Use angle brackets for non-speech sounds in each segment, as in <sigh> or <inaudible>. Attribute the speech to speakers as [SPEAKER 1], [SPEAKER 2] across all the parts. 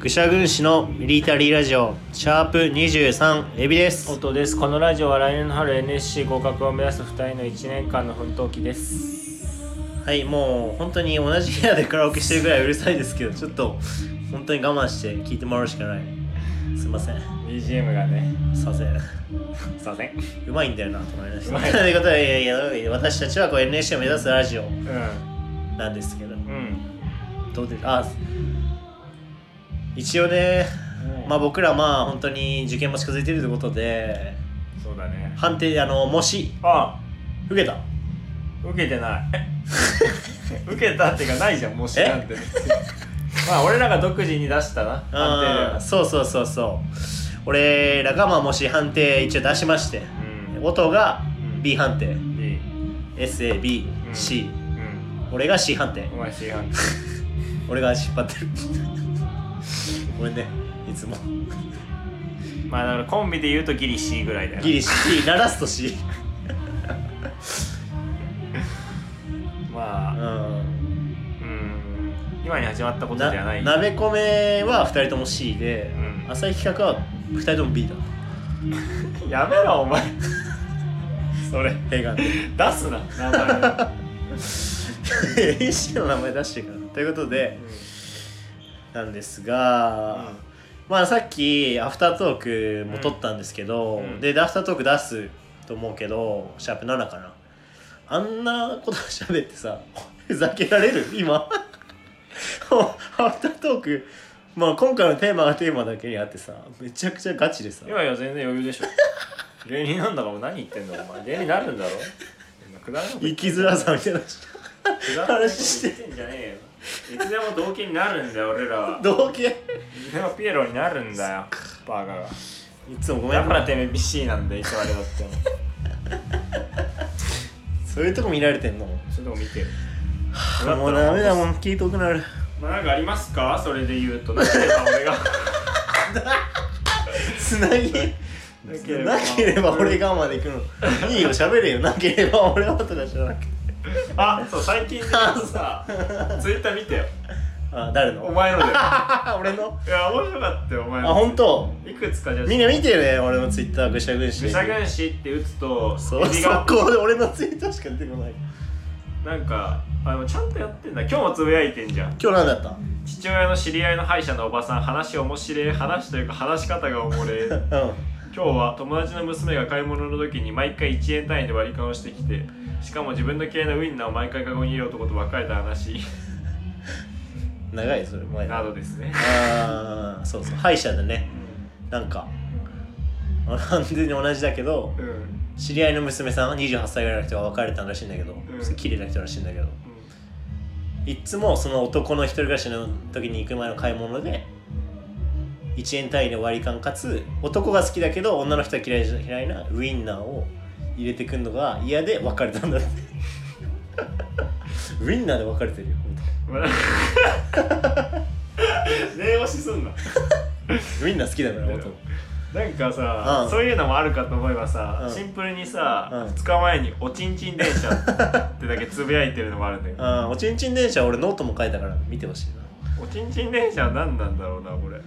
[SPEAKER 1] 愚者軍師のミリタリーラジオシャープ23エビです
[SPEAKER 2] 音ですこのラジオは来年の春 NSC 合格を目指す2人の1年間の奮闘記です
[SPEAKER 1] はいもう本当に同じ部屋でカラオケしてるぐらいうるさいですけどちょっと本当に我慢して聞いてもらうしかないすいません
[SPEAKER 2] BGM がね
[SPEAKER 1] すいません
[SPEAKER 2] すいません
[SPEAKER 1] うまいんだよなと思いました
[SPEAKER 2] うまい
[SPEAKER 1] ということでいやいや私たちはこう NHK を目指すラジオ
[SPEAKER 2] う
[SPEAKER 1] なんですけど
[SPEAKER 2] んうん
[SPEAKER 1] どうであ一応ね、まあ、僕らまあ本当に受験も近づいてるということで
[SPEAKER 2] そうだね
[SPEAKER 1] 判定あのもし
[SPEAKER 2] あ
[SPEAKER 1] 受けた
[SPEAKER 2] 受けてない <laughs> 受けたっていうかないじゃん模試なんて <laughs> まあ俺らが独自に出したな
[SPEAKER 1] あー
[SPEAKER 2] 判定
[SPEAKER 1] そうそうそうそう俺らがまあもし判定一応出しまして
[SPEAKER 2] でうん
[SPEAKER 1] 音が
[SPEAKER 2] ん
[SPEAKER 1] B 判定
[SPEAKER 2] いい
[SPEAKER 1] SABC、
[SPEAKER 2] うん
[SPEAKER 1] 俺が C 判定
[SPEAKER 2] お前違うんだ
[SPEAKER 1] 俺が足引っ張ってるごめんねいつも
[SPEAKER 2] まあだからコンビで言うとギリ C ぐらいだよな
[SPEAKER 1] ギリ C ララスト C う
[SPEAKER 2] まあ
[SPEAKER 1] ん
[SPEAKER 2] うん今に始まったことではない
[SPEAKER 1] なべこめは2人とも C で、
[SPEAKER 2] うん
[SPEAKER 1] 浅い企画は2人とも B だ
[SPEAKER 2] やめろお前
[SPEAKER 1] それ映画で
[SPEAKER 2] 出すな名前を
[SPEAKER 1] AC の名前出してからということでなんですが、まあさっきアフタートークも撮ったんですけど、
[SPEAKER 2] うん
[SPEAKER 1] でアフタートーク出すと思うけどシャープ7かなあんなこと喋ってさふざけられる今 <laughs> もうアフタートークまあ今回のテーマがテーマだけにあってさめちゃくちゃガチでさ
[SPEAKER 2] いやいや全然余裕
[SPEAKER 1] <laughs>
[SPEAKER 2] でしょ芸人なんだから何言ってんだお前芸人になるんだろそんなくだらないこと言
[SPEAKER 1] 生き
[SPEAKER 2] ってん
[SPEAKER 1] づ
[SPEAKER 2] じゃね
[SPEAKER 1] らさみたいな
[SPEAKER 2] えよくだらないこと言ってんじゃねえよいつでも同期になるんだよ俺らは
[SPEAKER 1] 同系い
[SPEAKER 2] いつでもピエロになるんだよバカが
[SPEAKER 1] つもごめ
[SPEAKER 2] だ
[SPEAKER 1] ん
[SPEAKER 2] からてめえ BC なんだよいつまでだっても
[SPEAKER 1] そういうとこ見られてんの
[SPEAKER 2] それでも見てる
[SPEAKER 1] もうダメだもん聞いとくなる
[SPEAKER 2] まあなんかありますかそれで言うとなんでか俺が
[SPEAKER 1] つなぎ
[SPEAKER 2] なければ
[SPEAKER 1] なければ俺がまで行くの
[SPEAKER 2] <laughs>
[SPEAKER 1] いいよ喋れよなければ俺はとかじゃなくて
[SPEAKER 2] あそう最近さツイッター見てよ
[SPEAKER 1] あ誰
[SPEAKER 2] お
[SPEAKER 1] の
[SPEAKER 2] 前ので
[SPEAKER 1] 俺の
[SPEAKER 2] いや面白かったよお前の
[SPEAKER 1] あ本当
[SPEAKER 2] いくつかじゃあ
[SPEAKER 1] みんな見てるね俺のツイッターぐしゃぐし
[SPEAKER 2] 武者軍師って打つと
[SPEAKER 1] そう
[SPEAKER 2] エビ
[SPEAKER 1] そ
[SPEAKER 2] が
[SPEAKER 1] こで俺のツイッターしか出てこない
[SPEAKER 2] なんかあのちゃんとやってんだ今日もつぶやいてんじゃん
[SPEAKER 1] 今日何だった
[SPEAKER 2] 父親の知り合いの歯医者のおばさん話面白い話というか話し方がおも
[SPEAKER 1] <laughs>
[SPEAKER 2] れ今
[SPEAKER 1] うん
[SPEAKER 2] 日は友達の娘が買い物の時に毎回1円単位で割り勘をしてきてしかも自分の嫌いなウインナーを毎回カゴに入れる男と別れた話
[SPEAKER 1] 長いそれ前
[SPEAKER 2] などで
[SPEAKER 1] <laughs>
[SPEAKER 2] すね
[SPEAKER 1] ああそうそう歯医者でねなんかあ完全に同じだけど <laughs>
[SPEAKER 2] うん、うん
[SPEAKER 1] 知り合いの娘さん28歳ぐらいの人が別れたらしいんだけど、
[SPEAKER 2] ん
[SPEAKER 1] 綺麗な人らしいんだけどいっつもその男の一人暮らしの時に行く前の買い物で1円単位で割り勘かつ男が好きだけど女の人は嫌いじゃ嫌いなウインナーを入れてくんのが嫌で別れたんだって <laughs> ウインナーで別れてるよ本 <laughs>
[SPEAKER 2] ま <laughs> あ念押しすんな
[SPEAKER 1] 当ウインナー好きだから
[SPEAKER 2] なる
[SPEAKER 1] 本
[SPEAKER 2] ほど
[SPEAKER 1] 当
[SPEAKER 2] なんかさ、
[SPEAKER 1] うん
[SPEAKER 2] そういうのもあるかと思えばさ、
[SPEAKER 1] うん
[SPEAKER 2] シンプルにさ、
[SPEAKER 1] うん
[SPEAKER 2] 2日前に「おちんちん電車」ってだけつぶやいてるのもあるん
[SPEAKER 1] <laughs>
[SPEAKER 2] だよ
[SPEAKER 1] ああおちんちん電車俺ノートも書いたから見てほしいな
[SPEAKER 2] おちんちん電車は何なんだろうなこれよ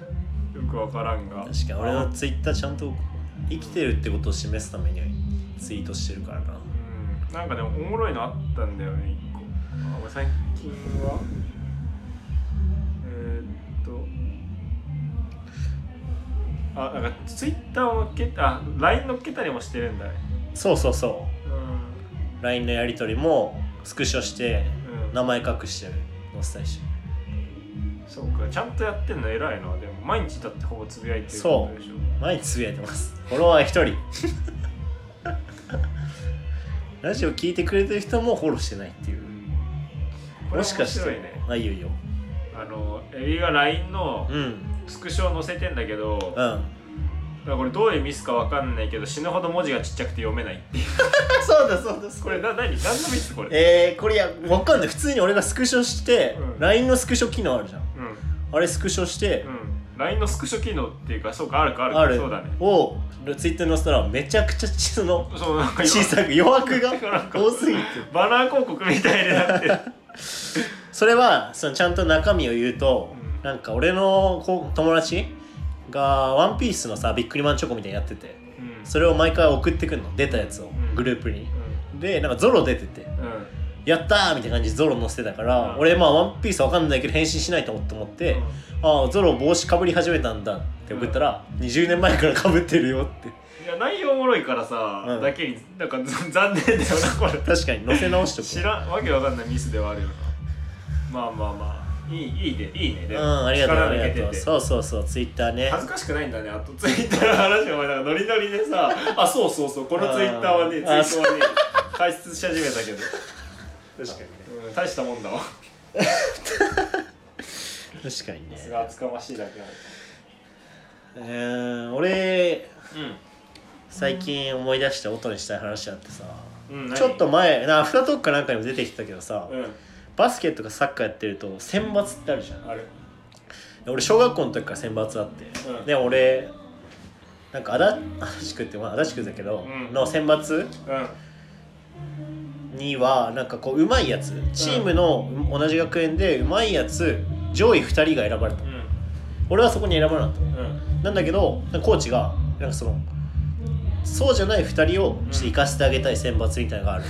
[SPEAKER 2] くわからんが
[SPEAKER 1] 確かに俺のツイッターちゃんと生きてるってことを示すためにツイートしてるからな
[SPEAKER 2] うんなんかでもおもろいのあったんだよね1個あ俺最近はえー、っとあなんかツイッターを乗っけたあ LINE 乗っけたりもしてるんだね
[SPEAKER 1] そうそうそう
[SPEAKER 2] うん、
[SPEAKER 1] LINE のやり取りもスクショして
[SPEAKER 2] うん、
[SPEAKER 1] 名前隠して載せたりして
[SPEAKER 2] そうかちゃんとやってんの偉いなでも毎日だってほぼつぶやいてるって
[SPEAKER 1] そう
[SPEAKER 2] ことでしょ
[SPEAKER 1] 毎日つぶやいてますフォロワー1人ラジオ聞いてくれてる人もフォローしてないっていう
[SPEAKER 2] これ
[SPEAKER 1] もしかして
[SPEAKER 2] 面白いね
[SPEAKER 1] あいいよいいよ
[SPEAKER 2] あのエビが LINE の
[SPEAKER 1] うん
[SPEAKER 2] スクショを載せてんだけど
[SPEAKER 1] う
[SPEAKER 2] だか
[SPEAKER 1] ん
[SPEAKER 2] らこれどういうミスかわかんないけど死ぬほど文字がちっちゃくて読めないっていう
[SPEAKER 1] <laughs> そうだそうだ
[SPEAKER 2] これな何何のミスこれ
[SPEAKER 1] えー、これいやわかんない普通に俺がスクショして、
[SPEAKER 2] うん
[SPEAKER 1] LINE のスクショ機能あるじゃん
[SPEAKER 2] うんう
[SPEAKER 1] あれスクショして、
[SPEAKER 2] ん LINE のスクショ機能っていうかそうかあるかあるか
[SPEAKER 1] ある
[SPEAKER 2] そうだね
[SPEAKER 1] を Twitter に載せたらめちゃくちゃその
[SPEAKER 2] そうなんか
[SPEAKER 1] 小
[SPEAKER 2] 今
[SPEAKER 1] さく余白
[SPEAKER 2] <laughs>
[SPEAKER 1] が
[SPEAKER 2] なんか
[SPEAKER 1] 多すぎて
[SPEAKER 2] バ
[SPEAKER 1] <laughs>
[SPEAKER 2] ナー広告みたいになってる、
[SPEAKER 1] それはそのちゃんと中身を言うと、
[SPEAKER 2] うん
[SPEAKER 1] なんか俺のこ友達がワンピースのさビックリマンチョコみたいにやってて
[SPEAKER 2] うん
[SPEAKER 1] それを毎回送ってくんの出たやつを
[SPEAKER 2] ん
[SPEAKER 1] グループにでなんかゾロ出てて
[SPEAKER 2] うんうん
[SPEAKER 1] やったーみたいな感じでゾロ載せてたから、
[SPEAKER 2] うん
[SPEAKER 1] 俺まあワンピースわかんないけど返信しないと思って思って、ああゾロ帽子かぶり始めたんだって送ったら、20年前からかぶってるよって
[SPEAKER 2] いや内容おもろいからさ、
[SPEAKER 1] うん
[SPEAKER 2] だけになんかざ残念だよなこれ
[SPEAKER 1] 確かに載せ直しとく
[SPEAKER 2] 知らんわけわかんないミスではあるよなまあまあまあいいいいでいいねで
[SPEAKER 1] う
[SPEAKER 2] も
[SPEAKER 1] んありがとう
[SPEAKER 2] 力
[SPEAKER 1] あり
[SPEAKER 2] 抜けて
[SPEAKER 1] がとう
[SPEAKER 2] て
[SPEAKER 1] そうそうそうツイッターね
[SPEAKER 2] 恥ずかしくないんだねあとツイッターの話お前なんかノリノリでさあそうそうそうこのツイッターはねツイ
[SPEAKER 1] あー
[SPEAKER 2] ートはね解説し始めたけ
[SPEAKER 1] 確かにね
[SPEAKER 2] ど、うん、大したもんだわ
[SPEAKER 1] 確かにね
[SPEAKER 2] すが厚かましいだけある
[SPEAKER 1] えー、俺
[SPEAKER 2] う
[SPEAKER 1] 最近思い出して音にしたい話あってさ
[SPEAKER 2] ん、うん、何
[SPEAKER 1] ちょっと前なアフタートークかなんかにも出てきたけどさ、
[SPEAKER 2] うん
[SPEAKER 1] バスケとかサッカーやってると選抜ってあるじゃん
[SPEAKER 2] ある
[SPEAKER 1] 俺小学校の時から選抜あって、
[SPEAKER 2] うん
[SPEAKER 1] で俺なんか足足立区ってまあ足立区だけど、
[SPEAKER 2] うん
[SPEAKER 1] の選抜
[SPEAKER 2] うん
[SPEAKER 1] にはなんかこううまいやつチームの同じ学園でうまいやつ上位2人が選ばれた
[SPEAKER 2] うん
[SPEAKER 1] 俺はそこに選ばなかっ
[SPEAKER 2] う
[SPEAKER 1] た
[SPEAKER 2] ん
[SPEAKER 1] なんだけどコーチがなんかそのそうじゃない2人をちょっと生かしてあげたい選抜みたいなのが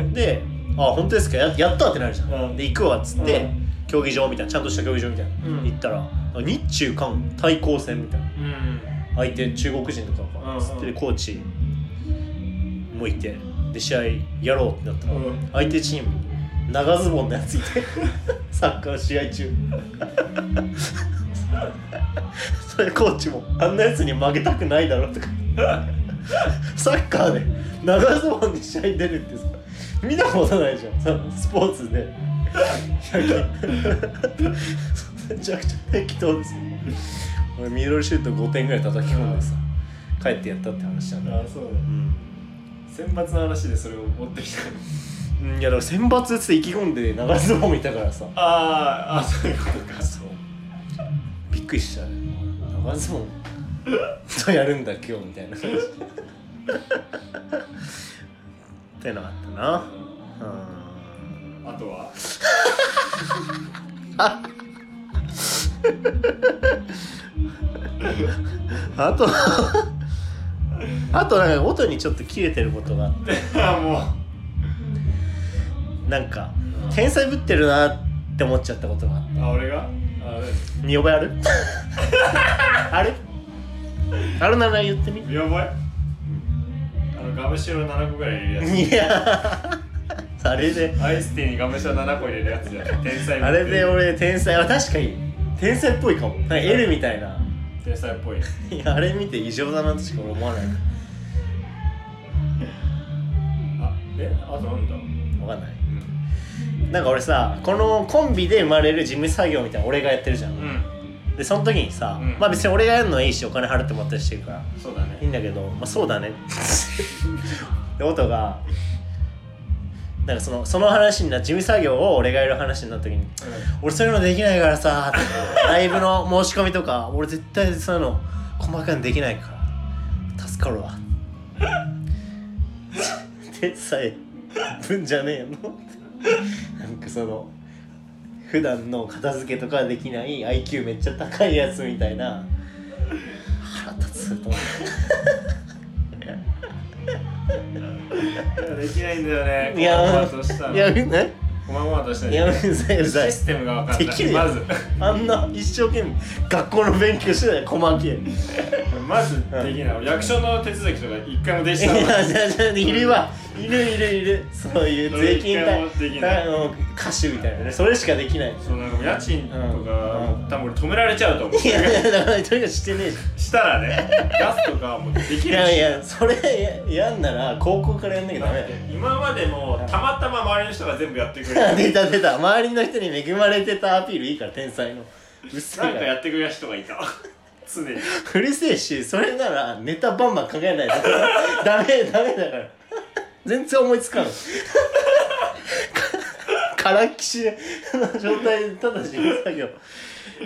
[SPEAKER 1] あるん
[SPEAKER 2] <laughs>
[SPEAKER 1] ですよで「あ本当ですかややった!」ってなるじゃん、
[SPEAKER 2] うん
[SPEAKER 1] で行くわっつって、
[SPEAKER 2] うん
[SPEAKER 1] 競技場みたいなちゃんとした競技場みたいな、
[SPEAKER 2] うん
[SPEAKER 1] 行ったら日中韓対抗戦みたいな
[SPEAKER 2] うん
[SPEAKER 1] 相手中国人とかがつって
[SPEAKER 2] うんうん
[SPEAKER 1] コーチもいてで試合やろうってなったら、
[SPEAKER 2] うん
[SPEAKER 1] 相手チーム長ズボンのやついて <laughs> サッカー試合中 <laughs> それコーチもあんなやつに負けたくないだろとか <laughs> サッカーで長ズボンで試合出るってさ見たことないじゃんそのスポーツでめちゃくちゃ適当ですよ俺ミドルシュート5点ぐらい叩き込んでさ帰ってやったって話なんだ
[SPEAKER 2] あそうだ選抜の話でそれを持ってきた
[SPEAKER 1] うん、いやだから選抜って意気込んで長ズボンいたからさ
[SPEAKER 2] あーあそういうことか
[SPEAKER 1] そうびっくりしたね長ズボン <laughs> とやるんだ今日みたいな感じってのあったなうん
[SPEAKER 2] あとは
[SPEAKER 1] あと <laughs> あとなんか音にちょっと切れてることがあって
[SPEAKER 2] あ <laughs> も
[SPEAKER 1] なんか
[SPEAKER 2] うん
[SPEAKER 1] 天才ぶってるなって思っちゃったことがあっ
[SPEAKER 2] うあ俺があ
[SPEAKER 1] た見覚えある <laughs> あれあるなら言ってみ
[SPEAKER 2] 見覚えあのガムシロ7個ぐらい入れるや
[SPEAKER 1] いやーあれで
[SPEAKER 2] つアイスティーにガムシロ7個入れるやつじゃん天才
[SPEAKER 1] あれで俺天才は確かに天才っぽいかもなんか L みたいな
[SPEAKER 2] 天才っぽい
[SPEAKER 1] いやあれ見て異常だなとしか俺思わない
[SPEAKER 2] あえあとなんだうん
[SPEAKER 1] わかんないなんか俺さこのコンビで生まれる事務作業みたいな俺がやってるじゃん、
[SPEAKER 2] うん
[SPEAKER 1] でその時にさ、
[SPEAKER 2] うん
[SPEAKER 1] まあ別に俺がやるのはいいしお金払ってもらったりしてるから
[SPEAKER 2] そうだ
[SPEAKER 1] いい
[SPEAKER 2] ね
[SPEAKER 1] んだけど、まあ、そうだ
[SPEAKER 2] <laughs>
[SPEAKER 1] ねで音がなんかそのその話にな事務作業を俺がやる話になった時に「俺そういうのできないからさ」ライブの申し込みとか俺絶対そういうの細かにできないから助かるわ」でさえ分じゃねえのなんかその普段の片付けとかできない IQ めっちゃ高いやつみたいな腹立つと思って。
[SPEAKER 2] うんでき <laughs> ないんだよね
[SPEAKER 1] いや
[SPEAKER 2] こまごまとした
[SPEAKER 1] いや、ね、
[SPEAKER 2] らこまごまとした
[SPEAKER 1] い
[SPEAKER 2] <laughs>
[SPEAKER 1] や、う
[SPEAKER 2] ら
[SPEAKER 1] ざいうざい
[SPEAKER 2] シ。ステムが分かんない
[SPEAKER 1] できるよ
[SPEAKER 2] まず
[SPEAKER 1] あんな一生懸命学校の勉強してたよ、細け。い
[SPEAKER 2] まずできない役所の手続きとか一回もできた
[SPEAKER 1] や、じゃあじゃあいるわ。いるいるいる。そういう税金
[SPEAKER 2] それ一回もできない
[SPEAKER 1] あの歌手みたいなね。それしかできない。
[SPEAKER 2] そうなんかもう家賃とか、
[SPEAKER 1] うん
[SPEAKER 2] 多分俺止められちゃうと思う
[SPEAKER 1] いや、だから、とにかくしてねえじ
[SPEAKER 2] したら
[SPEAKER 1] <laughs>
[SPEAKER 2] ねガスとかもうできるし
[SPEAKER 1] ゃん。いやいや、それややんなら高校からやんなきゃダメだよ。
[SPEAKER 2] 今までもたまたま周りの人が全部やってくれる
[SPEAKER 1] <laughs> 出た出た。周りの人に恵まれてたアピールいいから、天才の。うっせ
[SPEAKER 2] なん
[SPEAKER 1] え
[SPEAKER 2] か
[SPEAKER 1] から
[SPEAKER 2] やってくれる人がいた常
[SPEAKER 1] <laughs>
[SPEAKER 2] に
[SPEAKER 1] うるせえしそれならネタバンバン考えないと <laughs> ダメダメだから全然思いつかん <laughs> からっきしの状態でただし作業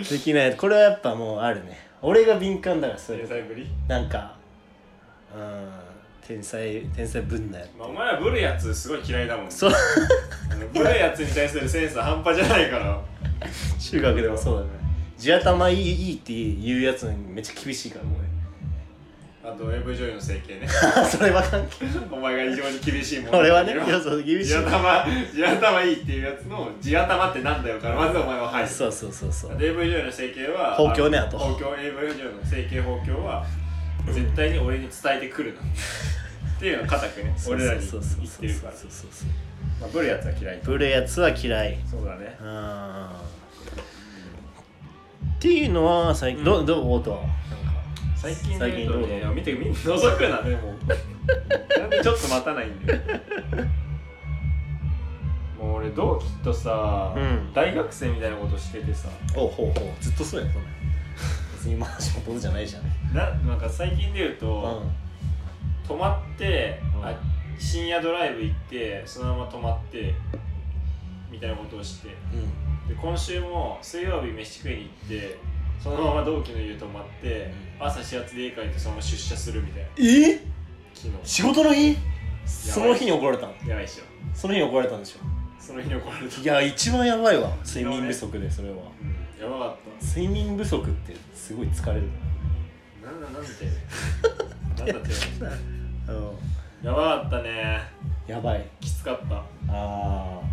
[SPEAKER 1] できないこれはやっぱもうあるね俺が敏感だからそうい
[SPEAKER 2] 天
[SPEAKER 1] う
[SPEAKER 2] 才ぶり、
[SPEAKER 1] なんかうん天才天才ぶんなよ
[SPEAKER 2] まあ、お前らブルやつすごい嫌いだもん
[SPEAKER 1] そう
[SPEAKER 2] あのブルやつに対するセンス半端じゃないから
[SPEAKER 1] 中学でもそうだね地頭いいいいって言うやつにめっちゃ厳しいから
[SPEAKER 2] あと AV 女優の整形ね
[SPEAKER 1] 俺 <laughs> それは関係ない
[SPEAKER 2] お前が非常に厳しいもん
[SPEAKER 1] 俺はね
[SPEAKER 2] いや
[SPEAKER 1] いやそう厳しい
[SPEAKER 2] 地頭地頭いいっていうやつの地頭ってなんだよからまずお前は入る
[SPEAKER 1] そうそうそうそう
[SPEAKER 2] AV 女優の整形は
[SPEAKER 1] 包協ね
[SPEAKER 2] の
[SPEAKER 1] あと
[SPEAKER 2] 包協 AV 女優の整形包協は絶対に俺に伝えてくるなっていうのは固くね俺ら
[SPEAKER 1] <laughs>
[SPEAKER 2] に
[SPEAKER 1] そ
[SPEAKER 2] 言
[SPEAKER 1] うそう
[SPEAKER 2] ってるから
[SPEAKER 1] そうそうそうそう
[SPEAKER 2] まあブルやつは嫌い
[SPEAKER 1] ブレやつは嫌い
[SPEAKER 2] そうだね
[SPEAKER 1] うんっていうのは最近、どどうオートはなんか
[SPEAKER 2] 最近
[SPEAKER 1] 最近どう
[SPEAKER 2] ね見てみんな覗くなねもうなんでちょっと待たないんだよもう俺同期とさ、
[SPEAKER 1] うん
[SPEAKER 2] 大学生みたいなことしててさ
[SPEAKER 1] おうほうほうずっとそうやそんな別に今の仕事じゃないじゃん
[SPEAKER 2] ななんか最近で言う
[SPEAKER 1] う
[SPEAKER 2] と、泊まって、
[SPEAKER 1] うん
[SPEAKER 2] あ深夜ドライブ行ってそのまま泊まってみたいなことをして
[SPEAKER 1] ん
[SPEAKER 2] で今週も水曜日飯食いに行ってそのまま同期の家泊まって、朝始発で家帰ってそのまま出社するみたいな
[SPEAKER 1] え
[SPEAKER 2] 昨日
[SPEAKER 1] 仕事の日その日に怒られたの
[SPEAKER 2] やばいっしょ
[SPEAKER 1] その日に怒られたんでしょ
[SPEAKER 2] その日に怒られた
[SPEAKER 1] いや一番やばいわ睡眠不足でそれは
[SPEAKER 2] うんやばかっ
[SPEAKER 1] 睡眠不足ってすごい疲れる
[SPEAKER 2] たなんだなんて <laughs> なんだって
[SPEAKER 1] うん
[SPEAKER 2] やばかったね
[SPEAKER 1] やばい
[SPEAKER 2] きつかったあ
[SPEAKER 1] あ
[SPEAKER 2] と
[SPEAKER 1] あ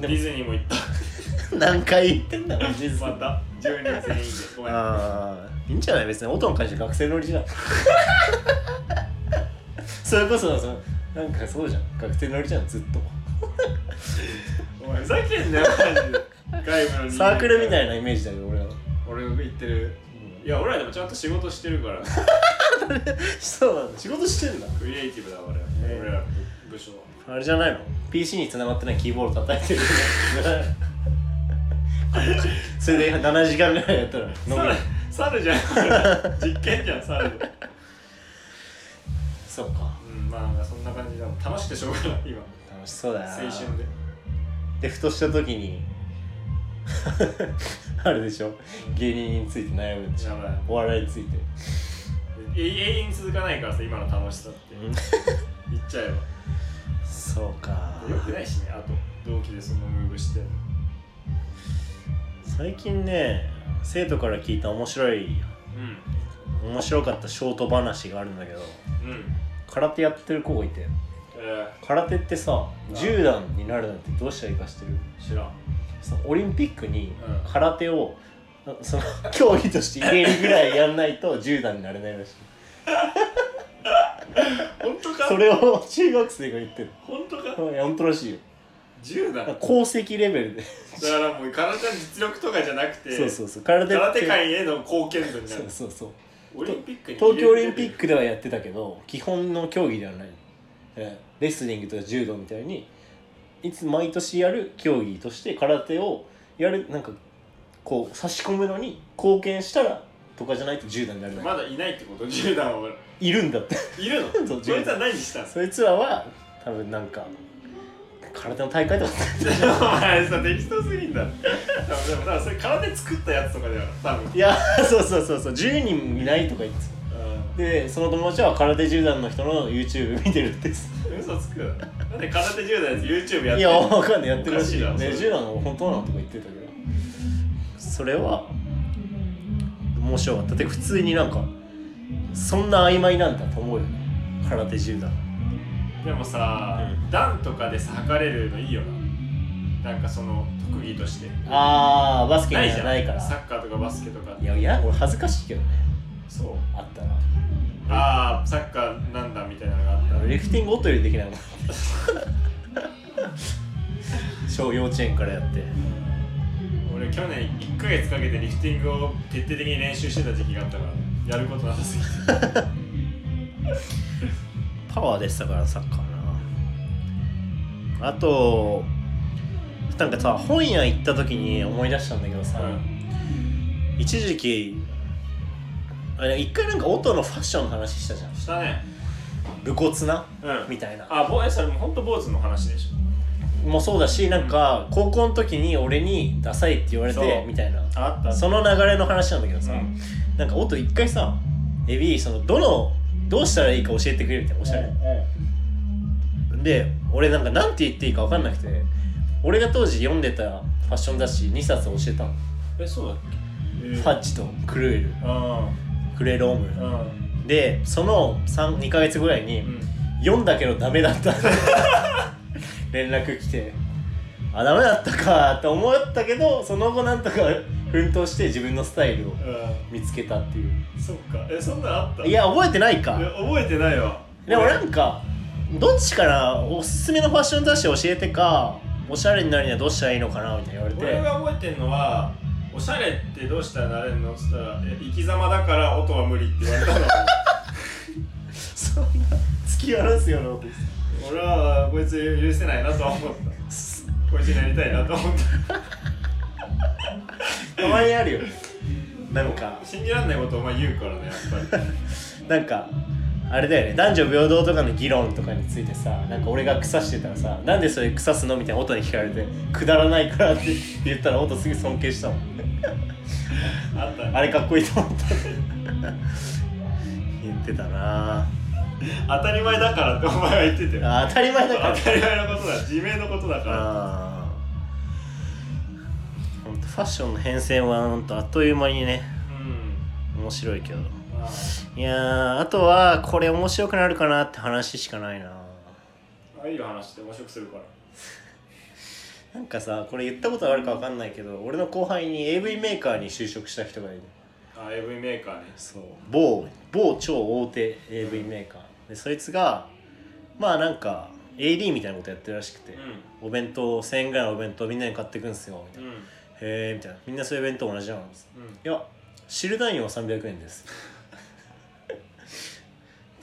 [SPEAKER 2] ディズニーも行った
[SPEAKER 1] <laughs> 何回言ってんだろ実
[SPEAKER 2] ま <laughs> た10人全員でごめん
[SPEAKER 1] ああいいんじゃない別に音の会社学生乗りじゃん <laughs> それこそそのなんかそうじゃん学生乗りじゃんずっと
[SPEAKER 2] お前ふざけんなよ <laughs> マジで外部の人間
[SPEAKER 1] サークルみたいなイメージだけど俺は、
[SPEAKER 2] 俺が言ってるいや俺らでもちゃんと仕事してるから <laughs>
[SPEAKER 1] そうなんだ仕事してんだ
[SPEAKER 2] クリエイティブだ俺ら
[SPEAKER 1] え
[SPEAKER 2] 俺らの部署は
[SPEAKER 1] あれじゃないの PC に繋がってないキーボード叩いてる <laughs> それで7時間ぐらいやったら飲み
[SPEAKER 2] 猿猿じ <laughs> ゃん俺ら実験じゃん猿うん
[SPEAKER 1] そうか
[SPEAKER 2] まあなんかそんな感じだもん楽しくてしょうがない今
[SPEAKER 1] 楽しそうだな
[SPEAKER 2] 青春で
[SPEAKER 1] でふとした時に <laughs> あれでしょ芸人について悩むんでしょ
[SPEAKER 2] やばい
[SPEAKER 1] お笑いについて
[SPEAKER 2] え永遠に続かないからさ今の楽しさって言っちゃえ
[SPEAKER 1] そうか
[SPEAKER 2] ばよくないしねあと同期でそのムーブしてう
[SPEAKER 1] 最近ね生徒から聞いた面白い
[SPEAKER 2] ん
[SPEAKER 1] 面白かったショート話があるんだけど
[SPEAKER 2] うん
[SPEAKER 1] 空手やってる子がいて
[SPEAKER 2] え
[SPEAKER 1] 空手ってさ10段になるなんてどうしたらいいかしてる
[SPEAKER 2] ー、知らん
[SPEAKER 1] そのオリンピックに
[SPEAKER 2] うん
[SPEAKER 1] 空手を、その競技として入れるぐらいやんないと10段になれないらしい
[SPEAKER 2] 本当か
[SPEAKER 1] それを中学生が言ってる
[SPEAKER 2] 本当か
[SPEAKER 1] うんいや本当らしいよ
[SPEAKER 2] 10だ
[SPEAKER 1] なんか功績レベルで
[SPEAKER 2] だからもう体の実力とかじゃなくて
[SPEAKER 1] そうそうそう空手って
[SPEAKER 2] 空手界への貢献度にな
[SPEAKER 1] そ
[SPEAKER 2] る
[SPEAKER 1] うそうそう
[SPEAKER 2] オリンピックに
[SPEAKER 1] 東京オリンピックではやってたけど基本の競技ではないえーレスリングとか柔道みたいにいつ毎年やる競技として空手をやるなんかこう差し込むのに貢献したらとかじゃないと10段になる、
[SPEAKER 2] まだいないってこと10段はい
[SPEAKER 1] いるんだって <laughs>
[SPEAKER 2] るの
[SPEAKER 1] そう
[SPEAKER 2] こいつは何したの
[SPEAKER 1] そいつらは多分なんか空手の大会とか <laughs>
[SPEAKER 2] お前さ適当すぎんだでもでも多分それ空手作ったやつとかだよ多分
[SPEAKER 1] いやそうそうそうそう10人いないとか言ってたでその友達は空手10段の人の YouTube 見てるって言ってた
[SPEAKER 2] うん嘘つくななんで空手10段のやつ YouTube やっ
[SPEAKER 1] い
[SPEAKER 2] て
[SPEAKER 1] や、
[SPEAKER 2] る
[SPEAKER 1] わかんない、やってるらしいよ。
[SPEAKER 2] おかしいなそ
[SPEAKER 1] ね、
[SPEAKER 2] れ
[SPEAKER 1] ジュラの本当なのとか言ってたけど。それは。面白かった。で、普通になんか。そんな曖昧なんだと思うよね。空手柔道。
[SPEAKER 2] でもさ、
[SPEAKER 1] うん
[SPEAKER 2] 段とかでさ測れるのいいよななんかその特技として
[SPEAKER 1] ああ、バスケ
[SPEAKER 2] な
[SPEAKER 1] に
[SPEAKER 2] いじ
[SPEAKER 1] は
[SPEAKER 2] ゃん
[SPEAKER 1] ないから。
[SPEAKER 2] サ
[SPEAKER 1] い
[SPEAKER 2] ッカーとかバスケとか
[SPEAKER 1] や、いや、俺恥ずかしいけどね。
[SPEAKER 2] そう
[SPEAKER 1] あったら。
[SPEAKER 2] ああサッカーなんだみたいなのがあった
[SPEAKER 1] 俺リフティング音よりでき <laughs> ないもん。小幼稚園からやって。
[SPEAKER 2] 俺去年1ヶ月かけてリフティングを徹底的に練習してた時期があったからやることなさすぎて
[SPEAKER 1] パワーでしたからサッカーなあとなんかさ本屋行った時に思い出したんだけどさ、
[SPEAKER 2] うん
[SPEAKER 1] 一時期あれ一回なんか音のファッションの話したじゃん
[SPEAKER 2] したね
[SPEAKER 1] 武骨な
[SPEAKER 2] うん
[SPEAKER 1] みたいな
[SPEAKER 2] あ坊やそれもうほんと坊主の話でし
[SPEAKER 1] もそうだしなんか高校の時に俺にダサいって言われ
[SPEAKER 2] そ
[SPEAKER 1] て
[SPEAKER 2] う
[SPEAKER 1] みたいな
[SPEAKER 2] ょあった
[SPEAKER 1] その流れの話なんだけどさ、
[SPEAKER 2] うん
[SPEAKER 1] なんか音一回さエビそのどのどうしたらいいか教えてくれるみたいなおしゃれ、で俺なんかなんて言っていいか分かんなくて俺が当時読んでたファッション雑誌2冊教えたの
[SPEAKER 2] ええそうだっけ、え
[SPEAKER 1] フ
[SPEAKER 2] ー
[SPEAKER 1] ァッジとクルール
[SPEAKER 2] あ
[SPEAKER 1] クレロー
[SPEAKER 2] あ
[SPEAKER 1] ム
[SPEAKER 2] あ
[SPEAKER 1] でその2か月ぐらいに、
[SPEAKER 2] ーうん
[SPEAKER 1] 読んだけどダメだった連絡来てあダメだったかと思ったけどその後なんとか奮闘して自分のスタイルを
[SPEAKER 2] あ
[SPEAKER 1] 見つけたっていう
[SPEAKER 2] ーそっかえそんなんあった
[SPEAKER 1] いや覚えてない
[SPEAKER 2] え
[SPEAKER 1] か
[SPEAKER 2] 覚えてないわ
[SPEAKER 1] でもなんかどっちからおすすめのファッション雑誌教えてかおしゃれになるにはどうしたらいいのかなみたいな言われ
[SPEAKER 2] 俺
[SPEAKER 1] て
[SPEAKER 2] が覚えてるのはおしゃれってどうしたらなれるのっつったらえ生き様だから音は無理って言われたの
[SPEAKER 1] そんな突き放すようなこと
[SPEAKER 2] 俺はこいつ許せないなとは思った
[SPEAKER 1] です
[SPEAKER 2] こいつになりたいなと思った
[SPEAKER 1] まにあるよなんか
[SPEAKER 2] た信じらんないことをお前言うからねやっぱり
[SPEAKER 1] なんかあれだよね男女平等とかの議論とかについてさなんか俺が腐してたらさ「なんでそれ腐すの?」みたいな音に聞かれて「くだらないから」って <laughs> 言ったら音すぐ尊敬したもん
[SPEAKER 2] あったね
[SPEAKER 1] あれかっこいいと思った <laughs> 言ってたな
[SPEAKER 2] 当たり前だからってお前は言ってたよ
[SPEAKER 1] あ当たり前だから
[SPEAKER 2] 当たり前のことだ自明のことだから
[SPEAKER 1] あーほんとファッションの変遷はほんとあっという間にね
[SPEAKER 2] うん
[SPEAKER 1] 面白いけど
[SPEAKER 2] まあ
[SPEAKER 1] いやーあとはこれ面白くなるかなって話しかないな
[SPEAKER 2] ああいう話って面白くするから
[SPEAKER 1] なんかさこれ言ったことあるかわかんないけど俺の後輩に AV メーカーに就職した人がいる
[SPEAKER 2] あ AV メーカーね
[SPEAKER 1] そう某某超大手 AV メーカーでそいつがまあなんか AD みたいなことやってるらしくて、お弁当1000円ぐらいのお弁当みんなに買ってくんすよみた
[SPEAKER 2] う
[SPEAKER 1] い
[SPEAKER 2] ん
[SPEAKER 1] な、
[SPEAKER 2] うん
[SPEAKER 1] へえみたいなみんなそういう弁当同じなのです
[SPEAKER 2] うん
[SPEAKER 1] いや知る単位は300円ですって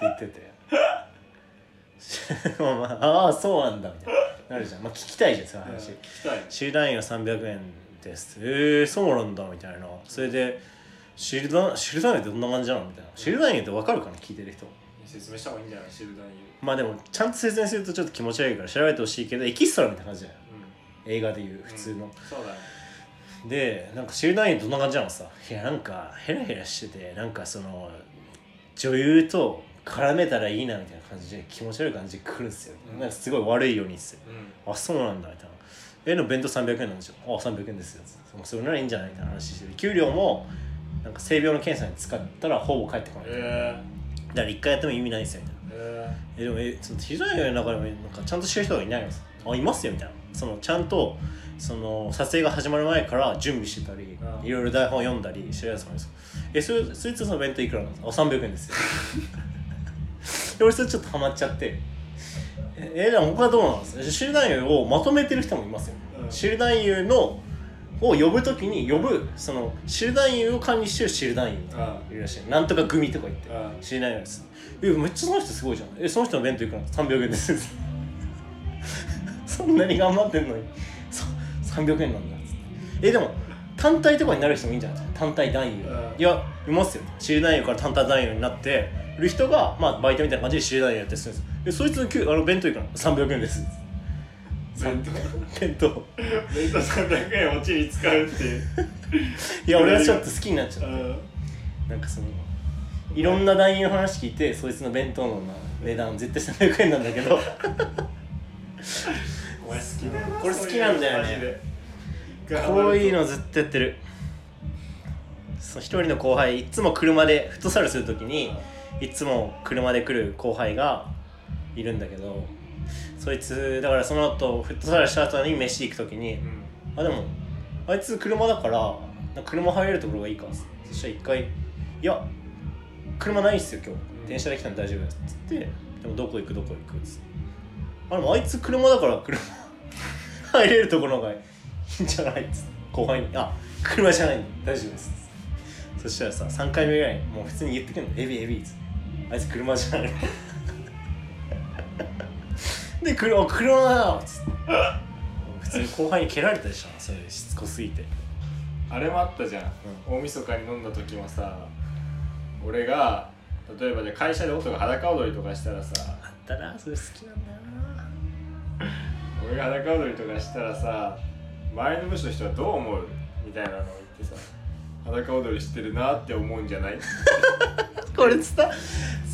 [SPEAKER 1] 言ってて <laughs> まあまあああそうなんだみたいななるじゃんまあ聞きたいじゃんそういう話、
[SPEAKER 2] 聞きたいね
[SPEAKER 1] シールラインは300円ですえー、そうなんだみたいなそれでシールダシールダインってどんな感じなのみたいなシールダインって分かるかな聞いてる人
[SPEAKER 2] 説明した方がいいんじゃないシルダーに
[SPEAKER 1] まあでもちゃんと説明するとちょっと気持ち悪いから調べてほしいけどエキストラみたいな感じだよ
[SPEAKER 2] う
[SPEAKER 1] 映画でいう普通の
[SPEAKER 2] ん、そうだね
[SPEAKER 1] でなんかシールダインってどんな感じなのさいやなんかヘラヘラしててなんかその女優と絡めたらいいなみたいな感じで気持ち悪い感じで来るんですよ
[SPEAKER 2] うん
[SPEAKER 1] なんかすごい悪いようにっすよ
[SPEAKER 2] うん
[SPEAKER 1] あそうなんだみたいなえの弁当300円なんでしょあ300円ですよもうそれならいいんじゃないみたいな話してて給料もなんか性病の検査に使ったらほぼ返ってこない、
[SPEAKER 2] え
[SPEAKER 1] だから一回やっても意味ないですよみたいな
[SPEAKER 2] ー、え
[SPEAKER 1] えでもえその非常にの中でもなんかちゃんとしてる人がいないんですあいますよみたいなそのちゃんとその撮影が始まる前から準備してたり
[SPEAKER 2] うん
[SPEAKER 1] いろいろ台本読んだりしてるやつもいるんですよえそれそいつの弁当いくらなんですかあ300円
[SPEAKER 2] <laughs>
[SPEAKER 1] ですよで俺それちょっとハマっちゃってええでも他どうなんですかシルダンユをまとめてる人もいますよ、
[SPEAKER 2] うん
[SPEAKER 1] シルダンユのを呼ぶときに呼ぶそのシルダンユを管理してるシルダンユいるらしいなんとか組とか言って
[SPEAKER 2] ー、あー
[SPEAKER 1] 知りないやつえめっちゃその人すごいじゃんえその人の弁当いくら300円です <laughs> そんなに頑張ってんのにそ300円なんだっつってえでも単体とかになる人もいいんじゃないですか単体男優
[SPEAKER 2] うん
[SPEAKER 1] いやいますよ知りないよから単体男優になっている人がまあバイトみたいな感じで知りないやってするんですよえそいつの給あの弁当いくら300円です
[SPEAKER 2] 弁当
[SPEAKER 1] 弁当
[SPEAKER 2] 弁当300円落ちに使うっていう
[SPEAKER 1] いや俺はちょっと好きになっちゃっ
[SPEAKER 2] うん
[SPEAKER 1] たなんかそのいろんな男優の話聞いてそいつの弁当のな値段絶対300円なんだけど
[SPEAKER 2] お前好きだな
[SPEAKER 1] これ好きなんだよね
[SPEAKER 2] そういうのマジで
[SPEAKER 1] こういうのずっとやってるそう一人の後輩いつも車でフットサルするときにいつも車で来る後輩がいるんだけどそいつだからその後フットサルした後に飯行くときに
[SPEAKER 2] うん
[SPEAKER 1] あでもあいつ車だからなんか車入れるところがいいかそしたら一回「いや車ないっすよ今
[SPEAKER 2] うん
[SPEAKER 1] 日電車で来たんで大丈夫です」っつって「でもどこ行くどこ行く」っつってあでもあいつ車だから車 <laughs> 入れるところがいいんじゃないっつって後輩に「あ車じゃないんで大丈夫ですっつって」そしたらさ3回目ぐらいにもう普通に言ってくるの「エビエビ」っつって「あいつ車じゃない」 <laughs> で車車だよっつって普通に後輩に蹴られたでしょそれしつこすぎて
[SPEAKER 2] あれもあったじゃん、大晦日に飲んだ時もさ俺が例えばね会社で音が裸踊りとかしたらさ
[SPEAKER 1] あったなそれ好きなんだよな
[SPEAKER 2] 俺が裸踊りとかしたらさ周りの部署の人はどう思うみたいなのを言ってさ裸踊りしてるなって思うんじゃない
[SPEAKER 1] これ伝え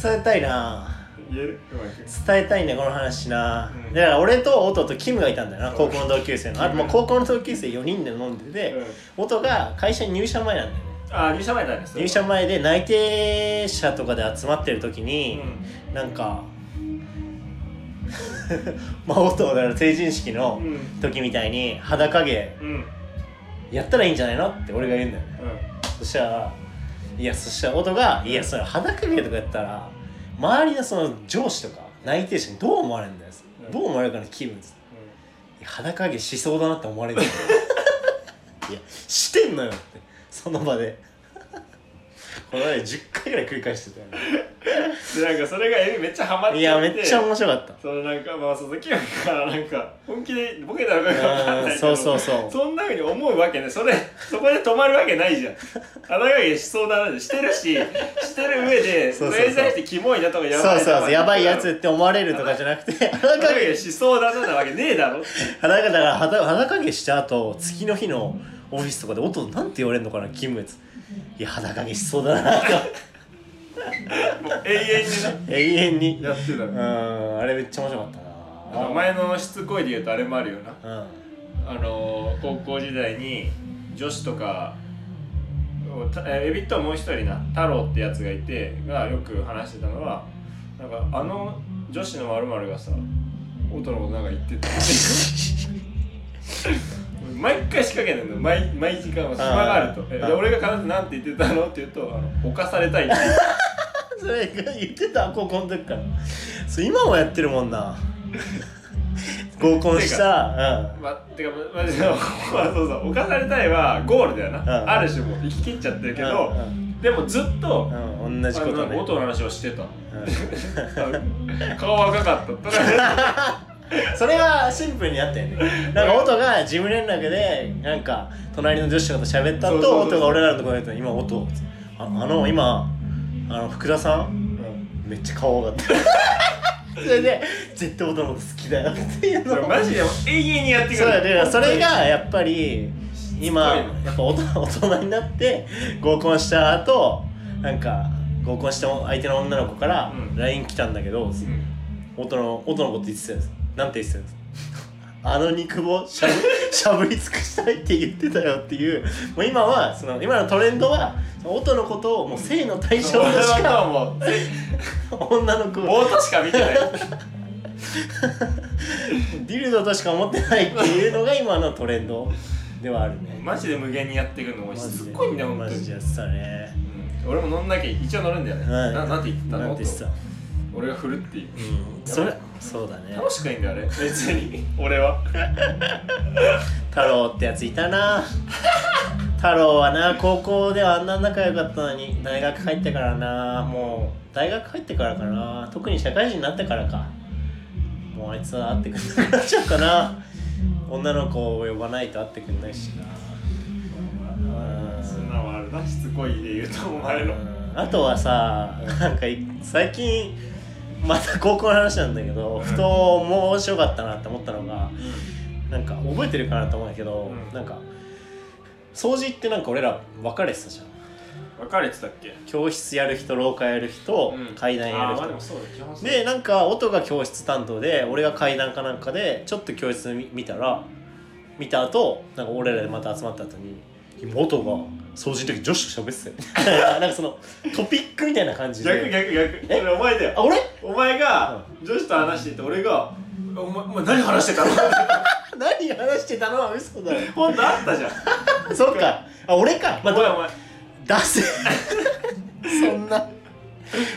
[SPEAKER 1] 伝えたいな
[SPEAKER 2] 言言えるうまく
[SPEAKER 1] 伝えたいねこの話な、
[SPEAKER 2] うん
[SPEAKER 1] だから俺と音とキムがいたんだよな
[SPEAKER 2] そう
[SPEAKER 1] 高校の同級生のあとまあ高校の同級生4人で飲んでて、音が会社に入社前なんだよね
[SPEAKER 2] あ入社前だねそれ
[SPEAKER 1] 入社
[SPEAKER 2] は
[SPEAKER 1] 前で内定者とかで集まってる時に、
[SPEAKER 2] う
[SPEAKER 1] なんか <laughs> まあ音だから成人式の
[SPEAKER 2] んうん
[SPEAKER 1] 時みたいに裸芸
[SPEAKER 2] うんうん
[SPEAKER 1] やったらいいんじゃないのって俺が言うんだよねそしたらいやそしたら音が「いやそれ裸芸とかやったら周りのその上司とか内定者にどう思われるんだよ、
[SPEAKER 2] うん
[SPEAKER 1] どう思われるかの気分っつっていや裸芸しそうだなって思われるいやしてんのよってその場でこの前10回ぐらい繰り返してたよね
[SPEAKER 2] でなんかそれがエビめっちゃハマっ
[SPEAKER 1] い
[SPEAKER 2] ちゃ
[SPEAKER 1] や
[SPEAKER 2] って
[SPEAKER 1] めっちゃ面白かった
[SPEAKER 2] そのなんかまあ鈴木がなんか本気でボケたのかがわかんないけ
[SPEAKER 1] う
[SPEAKER 2] ど
[SPEAKER 1] んそうそうそう
[SPEAKER 2] そんなふうに思うわけねそれそこで止まるわけないじゃん穴がけしそうだなしてるししてる上で
[SPEAKER 1] そ
[SPEAKER 2] そう
[SPEAKER 1] そうそう
[SPEAKER 2] れに対してキモいなとかやば
[SPEAKER 1] そう
[SPEAKER 2] いなとか
[SPEAKER 1] そうそうやばいやつって思われるとかじゃなくて
[SPEAKER 2] 穴
[SPEAKER 1] 裸
[SPEAKER 2] が
[SPEAKER 1] 芸
[SPEAKER 2] けしそうだななわけねえだろ
[SPEAKER 1] 裸だから裸裸芸した後月の日のオフィスとかで音なんて言われるのかな勤務やついや裸芸しそうだなと
[SPEAKER 2] もう永遠にな
[SPEAKER 1] 永遠に
[SPEAKER 2] やってた
[SPEAKER 1] う
[SPEAKER 2] ね
[SPEAKER 1] んあれめっちゃ面白かった
[SPEAKER 2] あの
[SPEAKER 1] な
[SPEAKER 2] 前のしつこいで言うとあれもあるよな
[SPEAKER 1] うん
[SPEAKER 2] あの高校時代に女子とかをたえエビともう一人な太郎ってやつがいてがよく話してたのはなんかあの女子の〇〇がさ音のことなんか言ってた <laughs> 毎回仕掛けないの毎毎時間は暇があると
[SPEAKER 1] あー
[SPEAKER 2] え
[SPEAKER 1] あ
[SPEAKER 2] で
[SPEAKER 1] ー
[SPEAKER 2] 俺が必ずなんて言ってたのって言うとあの犯さ
[SPEAKER 1] <laughs>
[SPEAKER 2] れたいって言って
[SPEAKER 1] それ言ってた高校の時からそう今もやってるもん <laughs> な合コンしたうん
[SPEAKER 2] まてかままじでここはそうそう犯されたいはゴールだよな、
[SPEAKER 1] うん
[SPEAKER 2] ある種もう生き切っちゃってるけど、
[SPEAKER 1] うん
[SPEAKER 2] でもずっと、
[SPEAKER 1] うん、同じこと
[SPEAKER 2] あの
[SPEAKER 1] ね
[SPEAKER 2] 音の話をしてた
[SPEAKER 1] うん
[SPEAKER 2] 顔赤かったただ
[SPEAKER 1] それはシンプルにあったよ
[SPEAKER 2] <laughs>
[SPEAKER 1] ねなんか音が事務連絡でなんか隣の女子とかと喋った
[SPEAKER 2] そうそう
[SPEAKER 1] 後
[SPEAKER 2] そうそう
[SPEAKER 1] 音が俺らのところに行って今音ああの今あの福田さんめっちゃ顔がかった
[SPEAKER 2] <laughs>
[SPEAKER 1] それで絶対音のこと好きだよっていう
[SPEAKER 2] それ
[SPEAKER 1] の
[SPEAKER 2] マジで永遠にやってく
[SPEAKER 1] そう
[SPEAKER 2] る
[SPEAKER 1] だねそれがやっぱり今
[SPEAKER 2] しつこい
[SPEAKER 1] やっぱ大人 <laughs> 大人になって合コンした後なんか合コンした相手の女の子から
[SPEAKER 2] うん
[SPEAKER 1] LINE 来たんだけど、
[SPEAKER 2] うん
[SPEAKER 1] 音の音のこと言ってたやつなんて言ってたやつあの肉棒
[SPEAKER 2] <laughs>
[SPEAKER 1] しゃぶしゃぶり尽くしたいって言ってたよっていうもう今はその今のトレンドは音のことをもう性の対象
[SPEAKER 2] それ
[SPEAKER 1] とし
[SPEAKER 2] <laughs>
[SPEAKER 1] か
[SPEAKER 2] はもう
[SPEAKER 1] 女の子を
[SPEAKER 2] ボートしか見てない
[SPEAKER 1] ディルドとしか思ってないっていうのが今のトレンドではあるね
[SPEAKER 2] マジで無限にやってくるのもしつこいんだよ本
[SPEAKER 1] マ
[SPEAKER 2] 当
[SPEAKER 1] ジで
[SPEAKER 2] に
[SPEAKER 1] やってたね
[SPEAKER 2] うん俺も乗んなきゃ一応乗るんだよね、
[SPEAKER 1] はい
[SPEAKER 2] ななんて言ってた
[SPEAKER 1] な
[SPEAKER 2] の
[SPEAKER 1] んて言ってた
[SPEAKER 2] と俺が振るっていう
[SPEAKER 1] うんそれそうだね
[SPEAKER 2] 楽しくないんだよあれ別に俺は
[SPEAKER 1] 太郎ってやついたな太郎はな高校ではあんな仲良かったのに大学入ってからなもう大学入ってからかな特に社会人になってからかもうあいつは会ってくんなくなっちゃうかな女の子を呼ばないと会ってくんないしなうん
[SPEAKER 2] そんなのあるなしつこいで言うとお前の
[SPEAKER 1] うんあとはさなんかい最近また高校の話なんだけどふと面白かったなって思ったのがなんか覚えてるかなと思うんだけど、
[SPEAKER 2] うん
[SPEAKER 1] なんか掃除ってなんか俺ら分かれてたじゃん
[SPEAKER 2] 別れてたっけ
[SPEAKER 1] 教室やる人廊下やる人、
[SPEAKER 2] うん
[SPEAKER 1] 階段や
[SPEAKER 2] あ
[SPEAKER 1] る
[SPEAKER 2] ーまあ
[SPEAKER 1] 人
[SPEAKER 2] でもそうだ基本そうだ
[SPEAKER 1] でなんか音が教室担当で俺が階段かなんかでちょっと教室見見たら見た後なんか俺らでまた集まった後に音が掃除の時女子と喋ってたよ <laughs> なんかそのトピックみたいな感じで
[SPEAKER 2] 逆逆逆
[SPEAKER 1] え
[SPEAKER 2] それお前だよ
[SPEAKER 1] あ俺
[SPEAKER 2] お前が女子と話してて俺が「お前お前何話してたの? 」
[SPEAKER 1] 何話してたのは嘘だよ
[SPEAKER 2] <laughs> 本当あったじゃん
[SPEAKER 1] そっかあ俺かま
[SPEAKER 2] お
[SPEAKER 1] あ
[SPEAKER 2] 前お
[SPEAKER 1] ど
[SPEAKER 2] 前
[SPEAKER 1] 出せそんな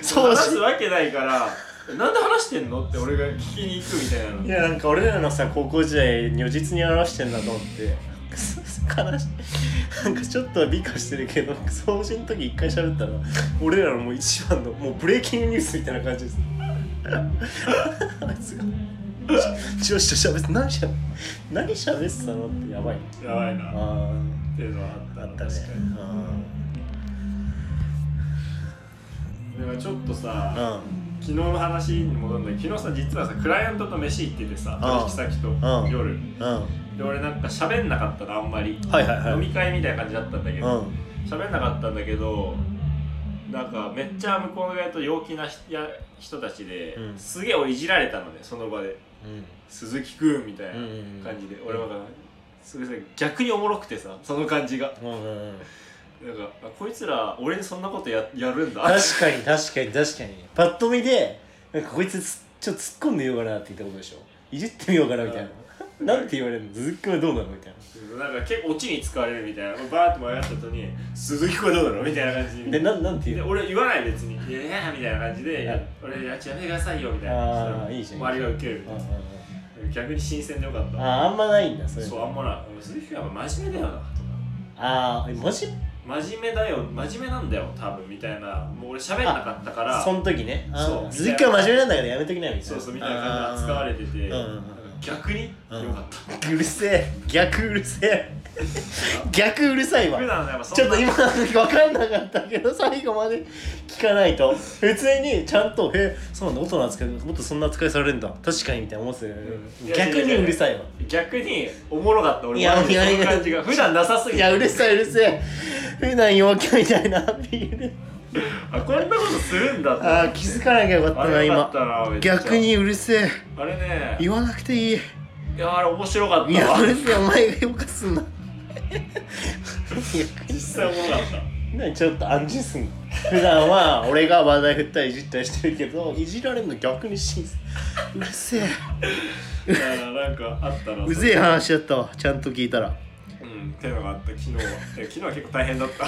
[SPEAKER 1] そう
[SPEAKER 2] 話
[SPEAKER 1] し
[SPEAKER 2] すわけないから「なんで話してんの?」って俺が聞きに行くみたいなの
[SPEAKER 1] いやなんか俺らのさ高校時代如実に表してんだと思ってくそ悲しいなんかちょっとは美化してるけど掃除の時一回喋ったら俺らのもう一番のもうブレイキングニュースみたいな感じですあいつが女子と喋って何しゃ何喋ってたのってやばいね
[SPEAKER 2] やばいなっ
[SPEAKER 1] あ
[SPEAKER 2] ていうのはあった
[SPEAKER 1] あ
[SPEAKER 2] な
[SPEAKER 1] あったね
[SPEAKER 2] 確かにでもちょっとさ、
[SPEAKER 1] うんうん
[SPEAKER 2] 昨日の話に戻るんだけど昨日さ実はさクライアントと飯行っててさ
[SPEAKER 1] うん
[SPEAKER 2] 取引先と、
[SPEAKER 1] ん
[SPEAKER 2] 夜
[SPEAKER 1] うん
[SPEAKER 2] で俺なんか喋んなかったのあんまり、
[SPEAKER 1] はいはいはい
[SPEAKER 2] 飲み会みたいな感じだったんだけど、
[SPEAKER 1] うん
[SPEAKER 2] 喋んなかったんだけどなんかめっちゃ向こうの側と陽気なひや人たちで、
[SPEAKER 1] うん
[SPEAKER 2] すげえ俺いじられたのねその場で「鈴木くん」みたいな
[SPEAKER 1] うん
[SPEAKER 2] 感じで、俺はなんかそれさ逆におもろくてさその感じが
[SPEAKER 1] うんうんうん
[SPEAKER 2] なんかあこいつら俺にそんなことややるんだ
[SPEAKER 1] 確かに確かに確かにパッと見でなんかこいつつちょっと突っ込んでみようかなって言ったことでしょいじってみようかなみたいな、
[SPEAKER 2] うん
[SPEAKER 1] なんて言われるの鈴木君はどうなのみたい
[SPEAKER 2] なんか結構オチに使われるみたいな俺バーッと迷った後に「鈴木これどうなの?」みたいな感じ
[SPEAKER 1] なでなんなんて
[SPEAKER 2] で
[SPEAKER 1] 言うの
[SPEAKER 2] 俺言わない別に「いやいや」みたいな感じでいや「俺やっちゃめてくださいよ」みたいな
[SPEAKER 1] あー
[SPEAKER 2] そしたら
[SPEAKER 1] いいじゃん
[SPEAKER 2] 周りがウケるみ
[SPEAKER 1] う
[SPEAKER 2] た
[SPEAKER 1] ん
[SPEAKER 2] い
[SPEAKER 1] うん
[SPEAKER 2] な
[SPEAKER 1] うん
[SPEAKER 2] 逆に新鮮でよかった
[SPEAKER 1] あーあんまないんだそれ
[SPEAKER 2] そうあんまな鈴木君やっぱ真面目だよな
[SPEAKER 1] ああマジ
[SPEAKER 2] 真面目だよ真面目なんだよ多分みたいなもう俺喋んなかったから
[SPEAKER 1] その時ねあー
[SPEAKER 2] そう
[SPEAKER 1] 鈴木君は真面目なんだからやめときなよみたいな
[SPEAKER 2] そうそうみたいな感じで扱われてて
[SPEAKER 1] うんうんうん
[SPEAKER 2] 逆によ
[SPEAKER 1] うん
[SPEAKER 2] かった
[SPEAKER 1] あーうるせえ逆うるせえ逆うるさいわ
[SPEAKER 2] 普段やっぱそ
[SPEAKER 1] ちょ
[SPEAKER 2] ん
[SPEAKER 1] っ
[SPEAKER 2] な
[SPEAKER 1] と今分かんなかったけど最後まで聞かないと普通にちゃんと「へそうなんだ音の扱いもっとそんな扱いされるんだ確かに」みたいな思ってたよね
[SPEAKER 2] うん
[SPEAKER 1] 逆にうるさいわ
[SPEAKER 2] 逆におもろかった俺
[SPEAKER 1] いや
[SPEAKER 2] マジで
[SPEAKER 1] いやいや
[SPEAKER 2] その感じが普段なさすぎ
[SPEAKER 1] い
[SPEAKER 2] て
[SPEAKER 1] やうるさいうるせえ普段陽キャみたいなアピール
[SPEAKER 2] あこんなことするんだと思っ
[SPEAKER 1] あ
[SPEAKER 2] て
[SPEAKER 1] ー気づかなきゃよかった
[SPEAKER 2] あ
[SPEAKER 1] な
[SPEAKER 2] れよか
[SPEAKER 1] 今
[SPEAKER 2] ったなめっちゃ
[SPEAKER 1] 逆にうるせえ
[SPEAKER 2] あれね
[SPEAKER 1] 言わなくていい
[SPEAKER 2] いやあれ面白かっ
[SPEAKER 1] い
[SPEAKER 2] た
[SPEAKER 1] や
[SPEAKER 2] わ
[SPEAKER 1] うるせえお前がよかすん <laughs> な
[SPEAKER 2] 実際おもろかった
[SPEAKER 1] なんでちょっと暗示すんの普段は俺が話題振ったりいじったりしてるけどいじられるの逆にしんうるせえ
[SPEAKER 2] だからなんかあったら
[SPEAKER 1] うぜえ話だったわちゃんと聞いたら
[SPEAKER 2] うんっていうのがあった昨日はで昨日は結構大変だった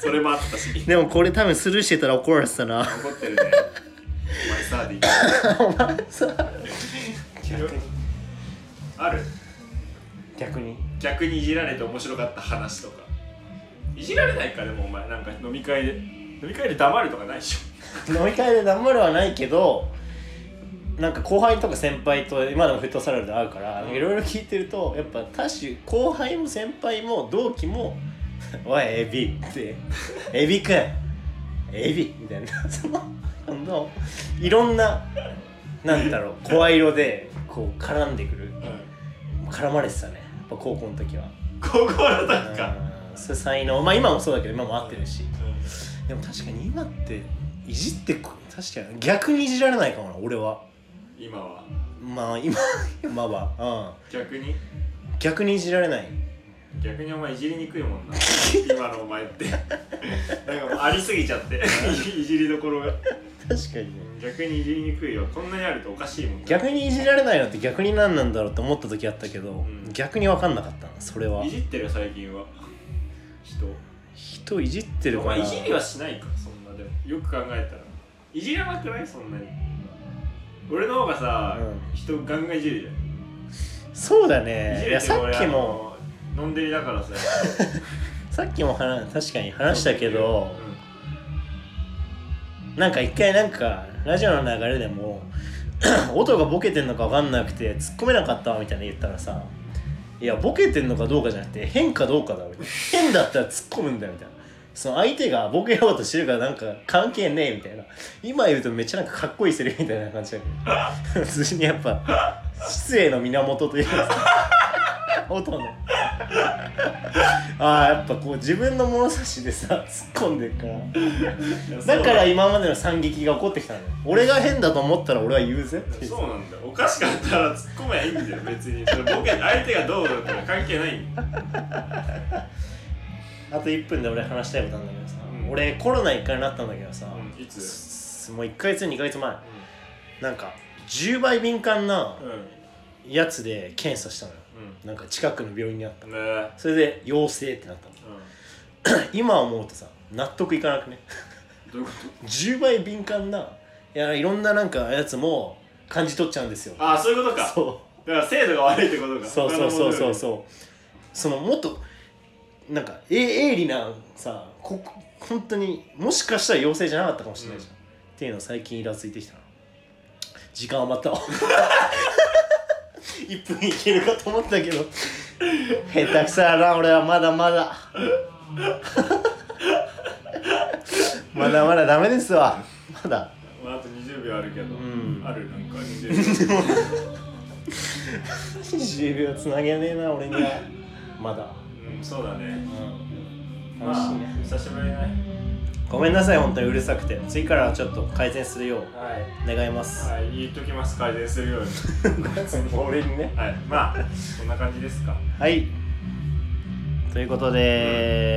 [SPEAKER 2] それもあったし
[SPEAKER 1] でもこれ多分スルーしてたら怒られてたな
[SPEAKER 2] 怒ってるねお前さでいい
[SPEAKER 1] お前さ
[SPEAKER 2] ある
[SPEAKER 1] 逆に
[SPEAKER 2] 逆にいじられて面白かった話とかいじられないかでもお前なんか飲み会で飲み会で黙るとかないでしょ
[SPEAKER 1] 飲み会で頑張るはないけどなんか後輩とか先輩と今でもフットサルで会うから
[SPEAKER 2] うん
[SPEAKER 1] いろいろ聞いてるとやっぱ多種後輩も先輩も同期も <laughs> 「おいエビ」って「エビくんエビ」みたいなその今度いろんななんだろう声色でこう絡んでくる絡まれてたねやっぱ高校の時は
[SPEAKER 2] 高校の時か
[SPEAKER 1] うんそれ才能まあ今もそうだけど今も合ってるし
[SPEAKER 2] う
[SPEAKER 1] でも確かに今っていじってこ確かに逆にいじられないかもな俺は
[SPEAKER 2] ん今は
[SPEAKER 1] まあ今 <laughs> 今は、
[SPEAKER 2] 逆に
[SPEAKER 1] うん、逆にいじられない
[SPEAKER 2] 逆にお前いじりにくいもんな今のお前ってなんかもうありすぎちゃっていじりどころが
[SPEAKER 1] 確かにね
[SPEAKER 2] 逆にいじりにくいよこんなにあるとおかしいもんな
[SPEAKER 1] 逆にいじられないのって逆に何なんだろうと思った時あったけど、
[SPEAKER 2] ん
[SPEAKER 1] 逆に分かんなかったなそれはい
[SPEAKER 2] じってる最近は人
[SPEAKER 1] 人いじってる
[SPEAKER 2] お
[SPEAKER 1] から
[SPEAKER 2] 前いじりはしないかそんなでもよく考えたらいじらなくないそんなに俺の方がさ、
[SPEAKER 1] う
[SPEAKER 2] 人ガンガンいじるじゃん
[SPEAKER 1] そうだ
[SPEAKER 2] い
[SPEAKER 1] ね
[SPEAKER 2] じ
[SPEAKER 1] い
[SPEAKER 2] る
[SPEAKER 1] や
[SPEAKER 2] て
[SPEAKER 1] さっき
[SPEAKER 2] 俺あ
[SPEAKER 1] も
[SPEAKER 2] の飲んでりだからさ
[SPEAKER 1] さっきも話確かに話したけど、
[SPEAKER 2] うん
[SPEAKER 1] なんか一回なんかラジオの流れでも <clears throat> 音がボケてんのか分かんなくて突っ込めなかったわみたいな言ったらさ「いやボケてんのかどうかじゃなくて変かどうかだ」みたいな「変だったら突っ込むんだよ」みたいな。その相手がボケようとしてるからなんか関係ねえみたいな今言うとめっちゃなんかかっこいいセリフみたいな感じだけど <laughs> 普通にやっぱ失礼の源というかさ音のああやっぱこう自分の物差しでさ突っ込んでるから
[SPEAKER 2] いやそう
[SPEAKER 1] だから今までの惨劇が起こってきたのよ俺が変だと思ったら俺は言うぜっていう
[SPEAKER 2] そうなんだよおかしかったら突っ込めばいいんだよ別にそれボケ相手がどうだったら関係ないんだよ
[SPEAKER 1] あと1分で俺話したいことあるんだけどさ、
[SPEAKER 2] うん
[SPEAKER 1] 俺コロナ1回なったんだけどさ、
[SPEAKER 2] うんいつ
[SPEAKER 1] すもう1ヶ月2ヶ月前なんか10倍敏感な
[SPEAKER 2] うんうん
[SPEAKER 1] やつで検査したのよなんか近くの病院にあった
[SPEAKER 2] うんねえ
[SPEAKER 1] それで陽性ってなったの <clears throat> 今思うとさ納得いかなくね <laughs>
[SPEAKER 2] どういうこ
[SPEAKER 1] 10倍敏感ないやいろんななんかやつも感じ取っちゃうんですよ
[SPEAKER 2] とああそういうことか
[SPEAKER 1] そう
[SPEAKER 2] だから精度が悪いってことか
[SPEAKER 1] そうそうそうそう
[SPEAKER 2] う
[SPEAKER 1] そうそのもっとなんかえ鋭利なさこ本当にもしかしたら妖精じゃなかったかもしれないじゃん、
[SPEAKER 2] う
[SPEAKER 1] っていうの最近イラついてきたな時間余ったわ <laughs> 1分いけるかと思ったけど下手くそやな俺はまだまだ <laughs> まだまだダメですわまだ <laughs>
[SPEAKER 2] まあ、あと20秒あるけど、
[SPEAKER 1] ん
[SPEAKER 2] あるなんか20秒
[SPEAKER 1] 20秒つなげねえな俺にはまだ
[SPEAKER 2] うんそうだね
[SPEAKER 1] うん
[SPEAKER 2] まあ久しぶりだね
[SPEAKER 1] ごめんなさい本当にうるさくて次からはちょっと改善するよう
[SPEAKER 2] はい
[SPEAKER 1] 願います、
[SPEAKER 2] はい、言っときます、改善するように。
[SPEAKER 1] <laughs> 俺にね
[SPEAKER 2] はい、まあ、こんな感じですか。
[SPEAKER 1] はいということで、